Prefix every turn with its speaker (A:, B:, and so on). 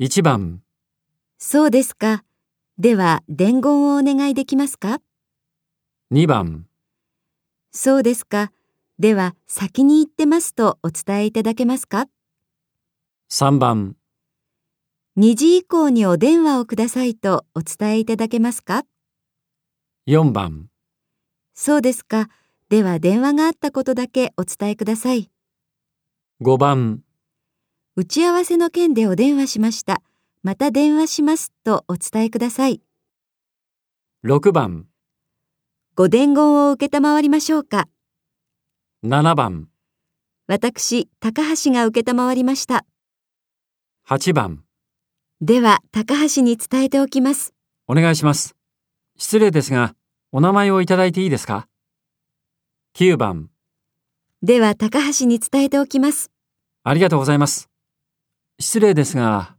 A: 1番、
B: そうですか。では、伝言をお願いできますか
A: 2番、
B: そうですか。では、先に行ってますとお伝えいただけますか
A: 3番、
B: ?2 時以降にお電話をくださいとお伝えいただけますか
A: 4番、
B: そうですか。では、電話があったことだけお伝えください。
A: 5番、
B: 打ち合わせの件でお電話しました。また電話しますとお伝えください。
A: 6番、
B: ご伝言を受けたまわりましょうか。
A: 7番、
B: 私、高橋が受けたまわりました。
A: 8番、
B: では、高橋に伝えておきます。
A: お願いします。失礼ですが、お名前をいただいていいですか ?9 番、
B: では、高橋に伝えておきます。
A: ありがとうございます。失礼ですが、